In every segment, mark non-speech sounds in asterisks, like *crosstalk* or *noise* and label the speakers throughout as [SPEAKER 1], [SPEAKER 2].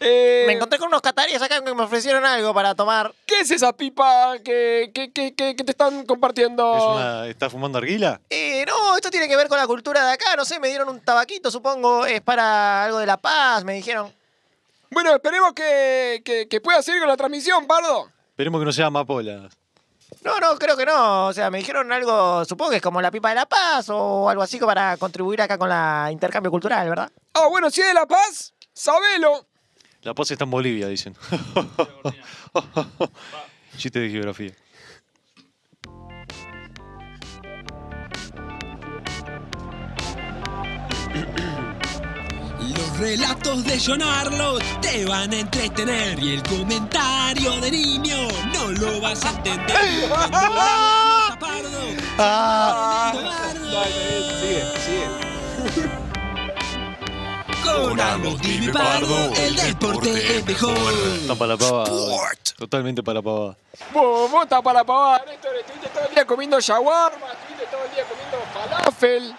[SPEAKER 1] Eh,
[SPEAKER 2] Me encontré con unos cataríes acá que me ofrecieron algo para tomar.
[SPEAKER 1] ¿Qué es esa pipa que, que- que- que- que te están compartiendo?
[SPEAKER 3] ¿Es una, ¿Está fumando arguila?
[SPEAKER 2] Eh, no, esto tiene que ver con la cultura de acá, no sé, me dieron un tabaquito, supongo, es para algo de la paz, me dijeron.
[SPEAKER 1] Bueno, esperemos que, que- que pueda seguir con la transmisión, Pardo.
[SPEAKER 3] Esperemos que no sea amapola.
[SPEAKER 2] No, no, creo que no, o sea, me dijeron algo, supongo que es como la pipa de la paz o algo así como para contribuir acá con la intercambio cultural, ¿verdad?
[SPEAKER 1] Ah, bueno, si es de La Paz, sabelo.
[SPEAKER 3] La paz está en Bolivia, dicen. Chiste de geografía.
[SPEAKER 4] Los relatos de John Arlo te van a entretener y el comentario de niño no lo vas a entender. Cuando hablamos a Pardo, Ah.
[SPEAKER 1] sigue, sigue.
[SPEAKER 4] con Arlo, Divi Pardo, el deporte es mejor.
[SPEAKER 3] Está para la pava. Totalmente para la pava.
[SPEAKER 1] Vos, vos estás para pavar, Néstor. Estuviste todo el día comiendo shawarma, estuviste todo el día comiendo falafel.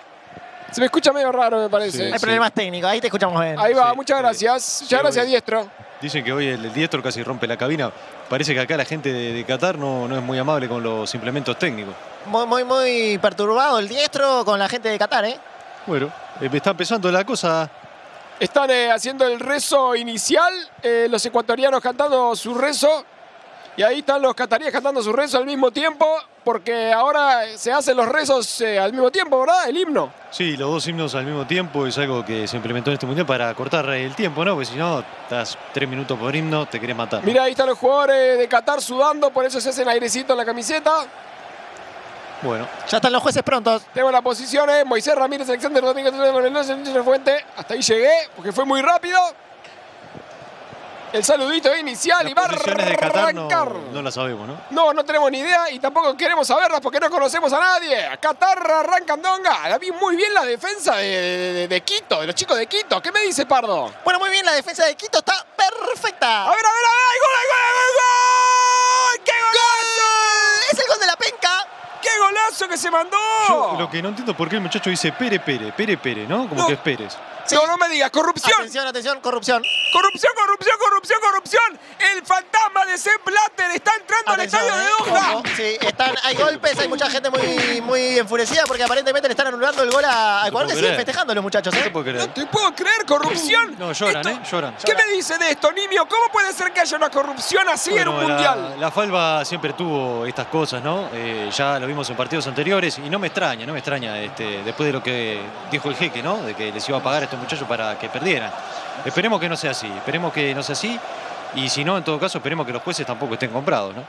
[SPEAKER 1] Se me escucha medio raro, me parece.
[SPEAKER 3] Sí.
[SPEAKER 2] Hay problemas técnicos, ahí te escuchamos bien.
[SPEAKER 1] Ahí va,
[SPEAKER 3] Sí,
[SPEAKER 1] muchas
[SPEAKER 3] sí.
[SPEAKER 1] gracias. Muchas gracias,
[SPEAKER 3] voy.
[SPEAKER 1] diestro.
[SPEAKER 3] Dicen que hoy el, el diestro casi rompe la cabina. Parece que acá la gente de, de Qatar no, no es muy amable con los implementos técnicos.
[SPEAKER 2] Muy, muy, muy perturbado el diestro con la gente de Qatar, ¿eh?
[SPEAKER 3] Bueno, eh, está empezando la cosa.
[SPEAKER 1] Están eh, haciendo el rezo inicial, eh, los ecuatorianos cantando su rezo. Y ahí están los cataríes cantando su rezo al mismo tiempo, porque ahora eh, se hacen los rezos eh, al mismo tiempo, ¿verdad? El himno.
[SPEAKER 3] Sí, los dos himnos al mismo tiempo es algo que se implementó en este mundial para cortar el tiempo, ¿no? Porque si no, estás tres minutos por himno, te querés matar.
[SPEAKER 1] Mira, ahí están los jugadores de Qatar sudando, por eso se hacen airecito en la camiseta.
[SPEAKER 3] Bueno,
[SPEAKER 2] Ya están los jueces prontos.
[SPEAKER 1] Tengo las posiciones. Moisés Ramírez, Alexander Rodríguez, Nelson Fuente. Hasta ahí llegué porque fue muy rápido. El saludito inicial
[SPEAKER 3] las
[SPEAKER 1] y va a
[SPEAKER 3] posiciones de Qatar no,
[SPEAKER 1] arrancar.
[SPEAKER 3] no las sabemos, ¿no?
[SPEAKER 1] No, no tenemos ni idea y tampoco queremos saberlas porque no conocemos a nadie. A Qatar arrancan Donga. La vi muy bien la defensa de, de- de- de Quito, de los chicos de Quito. ¿Qué me dice Pardo?
[SPEAKER 2] Bueno, muy bien, la defensa de Quito está perfecta.
[SPEAKER 1] A ver, a ver, a ver. ¡Ay, ¡Gol, ay, gol, ay, gol, gol! ¡Qué golazo!
[SPEAKER 2] Es el gol de la penca.
[SPEAKER 1] ¡Qué golazo que se mandó!
[SPEAKER 3] Yo lo que no entiendo por qué el muchacho dice Pere Pere, Pere Pere, ¿no? Como
[SPEAKER 1] No. ¿Eh?
[SPEAKER 3] que es Pérez.
[SPEAKER 1] No, no me digas, corrupción.
[SPEAKER 2] Atención, atención, corrupción.
[SPEAKER 1] Corrupción, corrupción, corrupción, corrupción. El fantasma de Sepp Blatter está entrando
[SPEAKER 2] Atención,
[SPEAKER 1] al estadio
[SPEAKER 2] ¿eh?
[SPEAKER 1] de Doha.
[SPEAKER 2] Ojo, Sí, están, hay golpes, hay mucha gente muy, muy enfurecida porque aparentemente le están anulando el gol a a Ecuador que
[SPEAKER 3] puedo
[SPEAKER 2] siguen
[SPEAKER 3] creer.
[SPEAKER 2] festejando los muchachos,
[SPEAKER 3] No
[SPEAKER 2] ¿eh?
[SPEAKER 3] te puedo creer.
[SPEAKER 1] No te puedo creer, corrupción.
[SPEAKER 3] No, lloran, ¿eh? Lloran.
[SPEAKER 1] ¿Qué me dice de esto, niño? ¿Cómo puede ser que haya una corrupción así en un
[SPEAKER 3] Bueno, la-
[SPEAKER 1] mundial?
[SPEAKER 3] La, Falva siempre tuvo estas cosas, ¿no? Eh, ya lo vimos en partidos anteriores y no me extraña, no me extraña este, después de lo que dijo el jeque, ¿no? De que les iba a pagar a estos muchachos para que perdieran. Esperemos que no sea así, esperemos que no sea así y si no, en todo caso, esperemos que los jueces tampoco estén comprados, ¿no?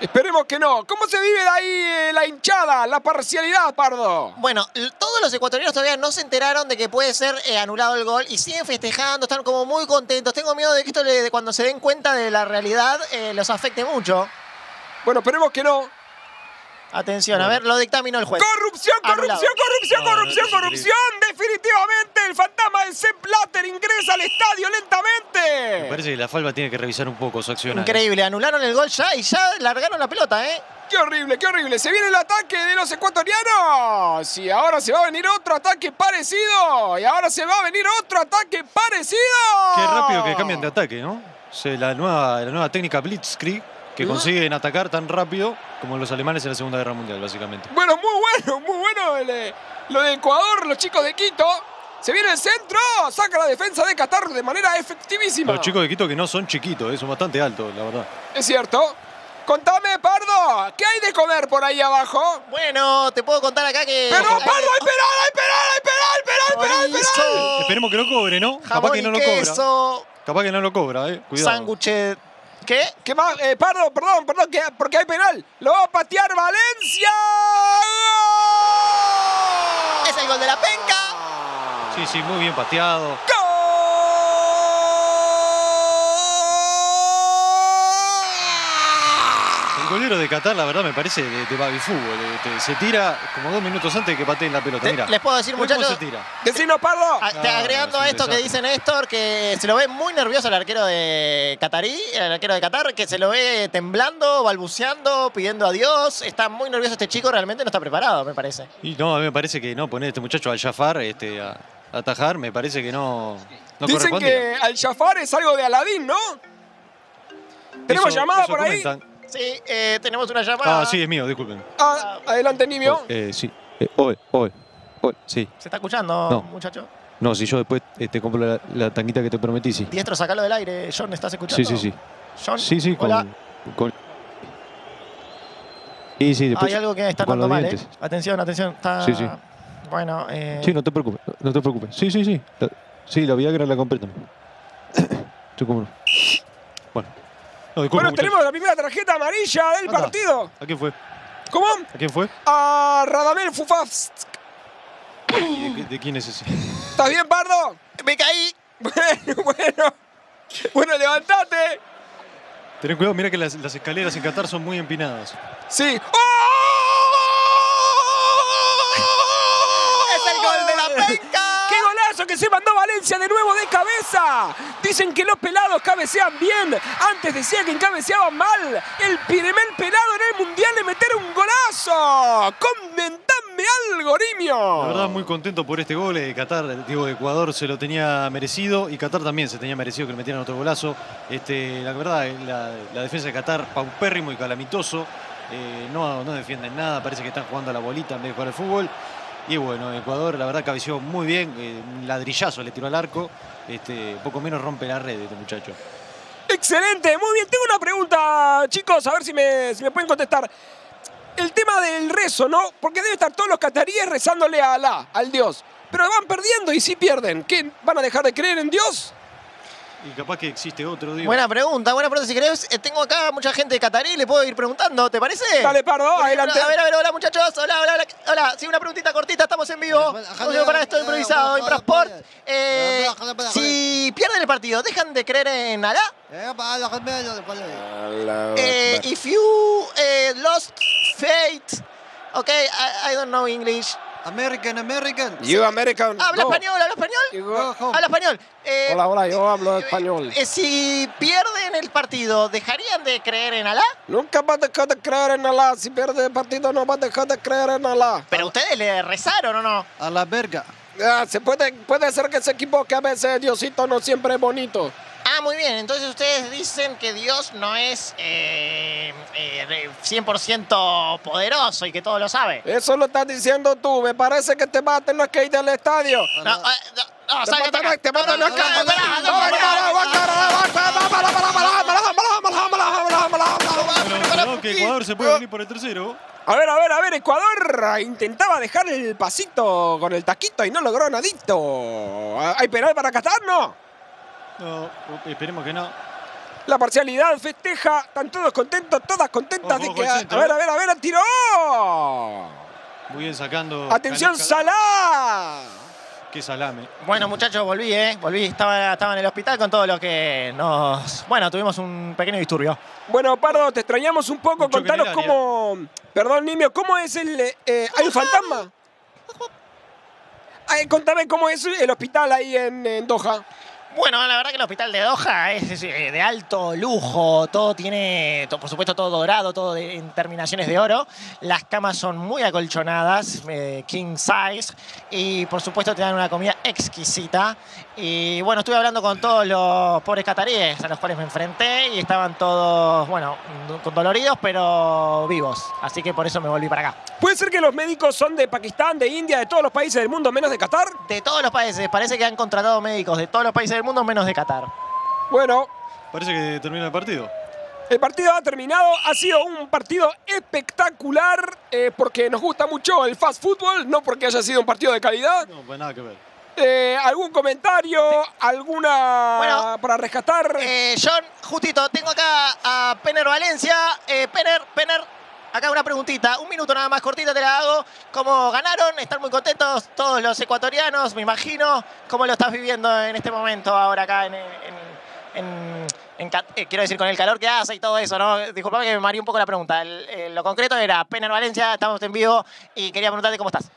[SPEAKER 1] Esperemos que no. ¿Cómo se vive de ahí eh, la hinchada, la parcialidad, Pardo?
[SPEAKER 2] Bueno, l- todos los ecuatorianos todavía no se enteraron de que puede ser eh, anulado el gol y siguen festejando, están como muy contentos. Tengo miedo de que esto, le- de cuando se den cuenta de la realidad, eh, los afecte mucho.
[SPEAKER 1] Bueno, esperemos que no.
[SPEAKER 2] Atención, a ver, lo dictaminó el juez.
[SPEAKER 1] Corrupción, corrupción,
[SPEAKER 2] Anulado.
[SPEAKER 1] corrupción,
[SPEAKER 3] No, no,
[SPEAKER 1] corrupción,
[SPEAKER 3] no, no, no.
[SPEAKER 1] corrupción. Definitivamente el fantasma de Sepp Blatter ingresa al estadio
[SPEAKER 3] Me
[SPEAKER 1] lentamente.
[SPEAKER 3] parece que la Falva tiene que revisar un poco su acción.
[SPEAKER 2] Increíble, anularon el gol ya y ya largaron la pelota, ¿eh?
[SPEAKER 1] Qué horrible, qué horrible. Se viene el ataque de los ecuatorianos. Y ahora se va a venir otro ataque parecido. Y ahora se va a venir otro ataque parecido.
[SPEAKER 3] Qué rápido que cambian de
[SPEAKER 1] Oh.
[SPEAKER 3] ataque, ¿no? Se- la, nueva, la nueva técnica Blitzkrieg que consiguen atacar tan rápido como los alemanes en la Segunda Guerra Mundial, básicamente.
[SPEAKER 1] Bueno, muy bueno, muy bueno el, eh, lo de Ecuador, los chicos de Quito. Se viene el centro, saca la defensa de Qatar de manera efectivísima.
[SPEAKER 3] Los chicos de Quito que no son chiquitos, eh, son bastante altos, la verdad.
[SPEAKER 1] Es cierto. Contame, Pardo, ¿qué hay de comer por ahí abajo?
[SPEAKER 2] Bueno, te puedo contar acá que.
[SPEAKER 1] Pero, Pardo, hay penal, hay penal, hay penal, penal, penal, penal.
[SPEAKER 2] Chorizo,
[SPEAKER 3] Esperemos que lo cobre, ¿no? Capaz
[SPEAKER 2] jamón
[SPEAKER 3] que no
[SPEAKER 2] y
[SPEAKER 3] lo cobra.
[SPEAKER 2] queso,
[SPEAKER 3] Capaz que no lo cobra, eh. Cuidado.
[SPEAKER 2] sándwiches. ¿Qué?
[SPEAKER 1] ¿Qué más? Eh, Pardo, perdón, perdón, que, porque hay penal. ¡Lo va a patear Valencia! ¡Gol!
[SPEAKER 2] Es el gol de la penca.
[SPEAKER 3] Ah. Sí, sí, muy bien pateado.
[SPEAKER 1] ¡Gol!
[SPEAKER 3] El golero de Qatar, la verdad, me parece de, de baby fútbol. este, se tira como dos minutos antes de que pateen la pelota.
[SPEAKER 2] Te-
[SPEAKER 3] Mira.
[SPEAKER 2] les puedo decir,
[SPEAKER 3] Mirá cómo
[SPEAKER 2] muchachos,
[SPEAKER 3] se tira.
[SPEAKER 1] Decinos, Pardo.
[SPEAKER 2] Ah, te-
[SPEAKER 3] No,
[SPEAKER 2] agregando
[SPEAKER 3] es un
[SPEAKER 2] a esto que
[SPEAKER 3] desastre.
[SPEAKER 2] dice Néstor, que se lo ve muy nervioso el arquero de Catarí, el arquero de Qatar, que se lo ve temblando, balbuceando, pidiendo adiós. Está muy nervioso este chico, realmente no está preparado, me parece.
[SPEAKER 3] Y no, a mí me parece que no poner a este muchacho al Jafar este, a, a atajar, me parece que no, No
[SPEAKER 1] Dicen
[SPEAKER 3] correspondía.
[SPEAKER 1] que Al Jafar es algo de Aladín, ¿no? Tenemos
[SPEAKER 3] Eso-
[SPEAKER 1] llamada
[SPEAKER 3] eso
[SPEAKER 1] por ahí.
[SPEAKER 3] comentan.
[SPEAKER 2] Sí, eh, tenemos una llamada.
[SPEAKER 3] Ah, sí, es mío, disculpen.
[SPEAKER 1] Ah, adelante, Nimio.
[SPEAKER 3] Eh, sí. Eh, hoy, hoy, hoy, sí.
[SPEAKER 2] ¿Se está escuchando,
[SPEAKER 3] No.
[SPEAKER 2] muchacho?
[SPEAKER 3] No, si yo después eh, te compro la, la tanguita que te prometí, sí.
[SPEAKER 2] Diestro, sacalo del aire. John, ¿estás
[SPEAKER 3] Sí,
[SPEAKER 2] escuchando?
[SPEAKER 3] sí, sí.
[SPEAKER 2] John,
[SPEAKER 3] Sí, sí,
[SPEAKER 2] hola.
[SPEAKER 3] con. con- Y sí, después.
[SPEAKER 2] Hay algo que está
[SPEAKER 3] con
[SPEAKER 2] andando
[SPEAKER 3] los
[SPEAKER 2] mal, ¿eh?
[SPEAKER 3] dientes.
[SPEAKER 2] Atención, atención. Está...
[SPEAKER 3] Sí, sí.
[SPEAKER 2] Bueno, eh...
[SPEAKER 3] Sí, no te preocupes, no- no te preocupes. Sí, sí, sí. La- sí, la Viagra la compré también. *coughs* Sí, cómo no. Bueno. No, disculpe,
[SPEAKER 1] Bueno,
[SPEAKER 3] muchachos.
[SPEAKER 1] tenemos la primera tarjeta amarilla del
[SPEAKER 3] Anda.
[SPEAKER 1] partido.
[SPEAKER 3] ¿A quién fue?
[SPEAKER 1] ¿Cómo?
[SPEAKER 3] ¿A quién fue?
[SPEAKER 1] A Radamel Fufaz.
[SPEAKER 3] ¿Y de, de quién es ese?
[SPEAKER 1] ¿Estás bien, Pardo? *laughs*
[SPEAKER 2] Me caí.
[SPEAKER 1] Bueno, bueno. Bueno, levantate.
[SPEAKER 3] Ten cuidado, mira que las, las escaleras en Qatar son muy empinadas.
[SPEAKER 1] Sí. ¡Oh!
[SPEAKER 2] ¡Es el gol de la penca!
[SPEAKER 1] ¡Qué golazo que se mandó Valencia de nuevo de cabeza! Dicen que los pelados cabecean bien. Antes decía que encabeceaban mal. El primer pelado en el mundial de meter un golazo. Comentadme algo, Nimio.
[SPEAKER 3] La verdad, muy contento por este gol. eh, Qatar, digo, Ecuador se lo tenía merecido y Qatar también se tenía merecido que le metieran otro golazo. Este, la verdad, eh, la, la defensa de Qatar, paupérrimo y calamitoso. Eh, no, no defienden nada, parece que están jugando a la bolita en vez de jugar al fútbol. Y bueno, Ecuador, la verdad, cabeció muy bien. eh, un ladrillazo le tiró al arco. Este, poco menos rompe la red este muchacho.
[SPEAKER 1] Excelente, muy bien. Tengo una pregunta, chicos, a ver si me, si me pueden contestar. El tema del rezo, ¿no? Porque debe estar todos los cataríes rezándole a Alá, al Dios. Pero van perdiendo y si pierden, ¿qué? ¿Van a dejar de creer en Dios?
[SPEAKER 3] Y capaz que existe otro, digo.
[SPEAKER 2] Buena pregunta, buena pregunta. Si querés, eh, tengo acá mucha gente de Catarí, le puedo ir preguntando, ¿te parece?
[SPEAKER 1] Dale, Pardo,
[SPEAKER 2] Eh, Por ejemplo,
[SPEAKER 1] adelante.
[SPEAKER 2] A ver, a ver, hola muchachos, hola, hola, hola. hola. Sí, una preguntita cortita, estamos en vivo.
[SPEAKER 5] Bueno,
[SPEAKER 2] Estamos en vivo para esto
[SPEAKER 5] joder,
[SPEAKER 2] improvisado,
[SPEAKER 5] joder,
[SPEAKER 2] Infrasport.
[SPEAKER 5] joder.
[SPEAKER 2] Eh,
[SPEAKER 5] Joder, joder, joder.
[SPEAKER 2] si pierden el partido, ¿dejan de creer en Alá?
[SPEAKER 5] Eh, para los gemelos de Colombia.
[SPEAKER 2] Eh, if you eh, lost faith, ok, I, I don't know English.
[SPEAKER 5] American, American.
[SPEAKER 1] You American.
[SPEAKER 2] ¿Habla
[SPEAKER 1] go.
[SPEAKER 2] español? ¿Habla español?
[SPEAKER 1] Go home.
[SPEAKER 2] Habla español. Eh,
[SPEAKER 1] Hola, hola, yo hablo
[SPEAKER 2] eh,
[SPEAKER 1] español.
[SPEAKER 2] eh, si pierden el partido, ¿dejarían de creer en Alá?
[SPEAKER 1] Nunca vas a dejar de creer en Alá. Si pierde el partido, no vas a dejar de creer en Alá.
[SPEAKER 2] Pero ustedes le rezaron o no?
[SPEAKER 5] A la verga.
[SPEAKER 1] Ah, se puede, puede ser que se equivoque a veces. Diosito no siempre es bonito.
[SPEAKER 2] Ah, muy bien. Entonces ustedes dicen que Dios no es eh, eh, re- 100% poderoso y que todo lo sabe.
[SPEAKER 1] Eso lo estás diciendo tú. Me parece que te vas a tener que ir del estadio.
[SPEAKER 2] No, eh, no, no,
[SPEAKER 1] Te
[SPEAKER 2] sácate
[SPEAKER 1] mataron,
[SPEAKER 2] acá.
[SPEAKER 1] te mataron
[SPEAKER 2] No,
[SPEAKER 1] acá.
[SPEAKER 2] no, no, no, no,
[SPEAKER 3] Bueno, cuidado que Ecuador se puede venir por el tercero.
[SPEAKER 1] A ver, a ver, a ver, Ecuador intentaba dejar el pasito con el taquito y no logró nadito. ¿Hay penal para Qatar? No.
[SPEAKER 3] No, esperemos que no.
[SPEAKER 1] La parcialidad festeja, están todos contentos, todas contentas
[SPEAKER 3] Ojo,
[SPEAKER 1] de
[SPEAKER 3] ojo
[SPEAKER 1] que.
[SPEAKER 3] el centro,
[SPEAKER 1] A ver,
[SPEAKER 3] ¿eh?
[SPEAKER 1] a ver, a ver, tiró.
[SPEAKER 3] Muy bien sacando.
[SPEAKER 1] Atención,
[SPEAKER 3] Calesca.
[SPEAKER 1] Salah.
[SPEAKER 3] Qué salame.
[SPEAKER 2] Bueno, muchachos, volví, ¿eh? Volví. Estaba, estaba en el hospital con todos los que nos... Bueno, tuvimos un pequeño disturbio.
[SPEAKER 1] Bueno, Pardo, te extrañamos un poco.
[SPEAKER 3] Mucho que
[SPEAKER 1] Contanos
[SPEAKER 3] mirar,
[SPEAKER 1] cómo. Perdón, Nimio, ¿cómo es el. eh, eh, ¿Hay un fantasma? Ay, contame cómo es el hospital ahí en, en Doha.
[SPEAKER 2] Bueno, la verdad que el hospital de Doha es, es, eh, de alto lujo, todo tiene, to- por supuesto, todo dorado, todo de- en terminaciones de oro. Las camas son muy acolchonadas, eh, king size, y por supuesto te dan una comida exquisita. Y bueno, estuve hablando con todos los pobres cataríes a los cuales me enfrenté y estaban todos, bueno, do- con doloridos, pero vivos. Así que por eso me volví para acá.
[SPEAKER 1] ¿Puede ser que los médicos son de Pakistán, de India, de todos los países del mundo, menos de Qatar?
[SPEAKER 2] De todos los países, parece que han contratado médicos de todos los países del mundo menos de Qatar.
[SPEAKER 1] Bueno,
[SPEAKER 3] Parece que termina el partido.
[SPEAKER 1] El partido ha terminado, ha sido un partido espectacular eh, porque nos gusta mucho el fast football, no porque haya sido un partido de calidad.
[SPEAKER 3] No, pues nada que ver.
[SPEAKER 1] Eh, ¿Algún comentario? ¿Alguna
[SPEAKER 2] Bueno,
[SPEAKER 1] para rescatar?
[SPEAKER 2] Eh, John, justito, tengo acá a Penner Valencia. Eh, Penner, Penner, acá una preguntita. Un minuto nada más cortita te la hago. ¿Cómo ganaron? ¿Están muy contentos todos los ecuatorianos? Me imagino. ¿Cómo lo estás viviendo en este momento ahora acá en... en- en- en Cat- eh, quiero decir, con el calor que hace y todo eso, ¿no? Disculpame que me mareé un poco la pregunta. El- eh, lo concreto era, Penner Valencia, estamos en vivo y quería preguntarte cómo estás.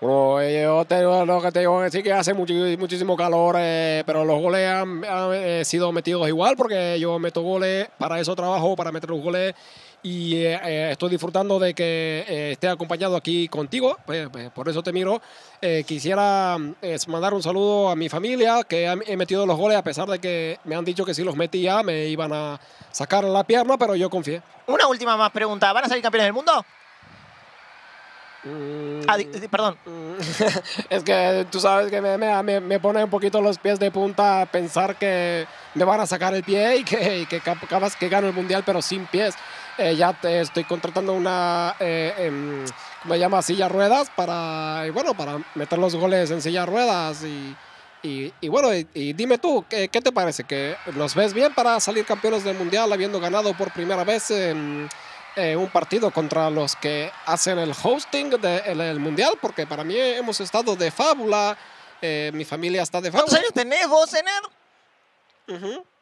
[SPEAKER 1] Bueno, eh, yo te, lo que te digo es sí que hace muchi- muchísimo calor, eh, pero los goles han, han, eh, sido metidos igual porque yo meto goles, para eso trabajo, para meter los goles y eh, eh, estoy disfrutando de que eh, esté acompañado aquí contigo, pues, pues, por eso te miro. Eh, quisiera mm, es mandar un saludo a mi familia, que han- he metido los goles a pesar de que me han dicho que si los metía me iban a sacar la pierna, pero yo confié.
[SPEAKER 2] Una última más pregunta. ¿Van a salir campeones del mundo?
[SPEAKER 1] Mm,
[SPEAKER 2] Ah, di- di- perdón.
[SPEAKER 1] mm, *laughs* es que tú sabes que me, me- me- me pone un poquito los pies de punta pensar que me van a sacar el pie y que, y que cap- capaz que gano el mundial, pero sin pies. Eh, ya te estoy contratando una, eh, em, ¿cómo se llama? Silla ruedas para, y bueno, para meter los goles en silla ruedas. Y, y- y bueno, y, y dime tú, ¿qué, qué te parece? ¿Que los ves bien para salir campeones del mundial habiendo ganado por primera vez? em, eh, un partido contra los que hacen el hosting del Mundial, porque para mí hemos estado de fábula, eh, mi familia está de
[SPEAKER 2] ¿Cuántos
[SPEAKER 1] fábula.
[SPEAKER 2] años tenés vos, Ener?
[SPEAKER 1] Ujú.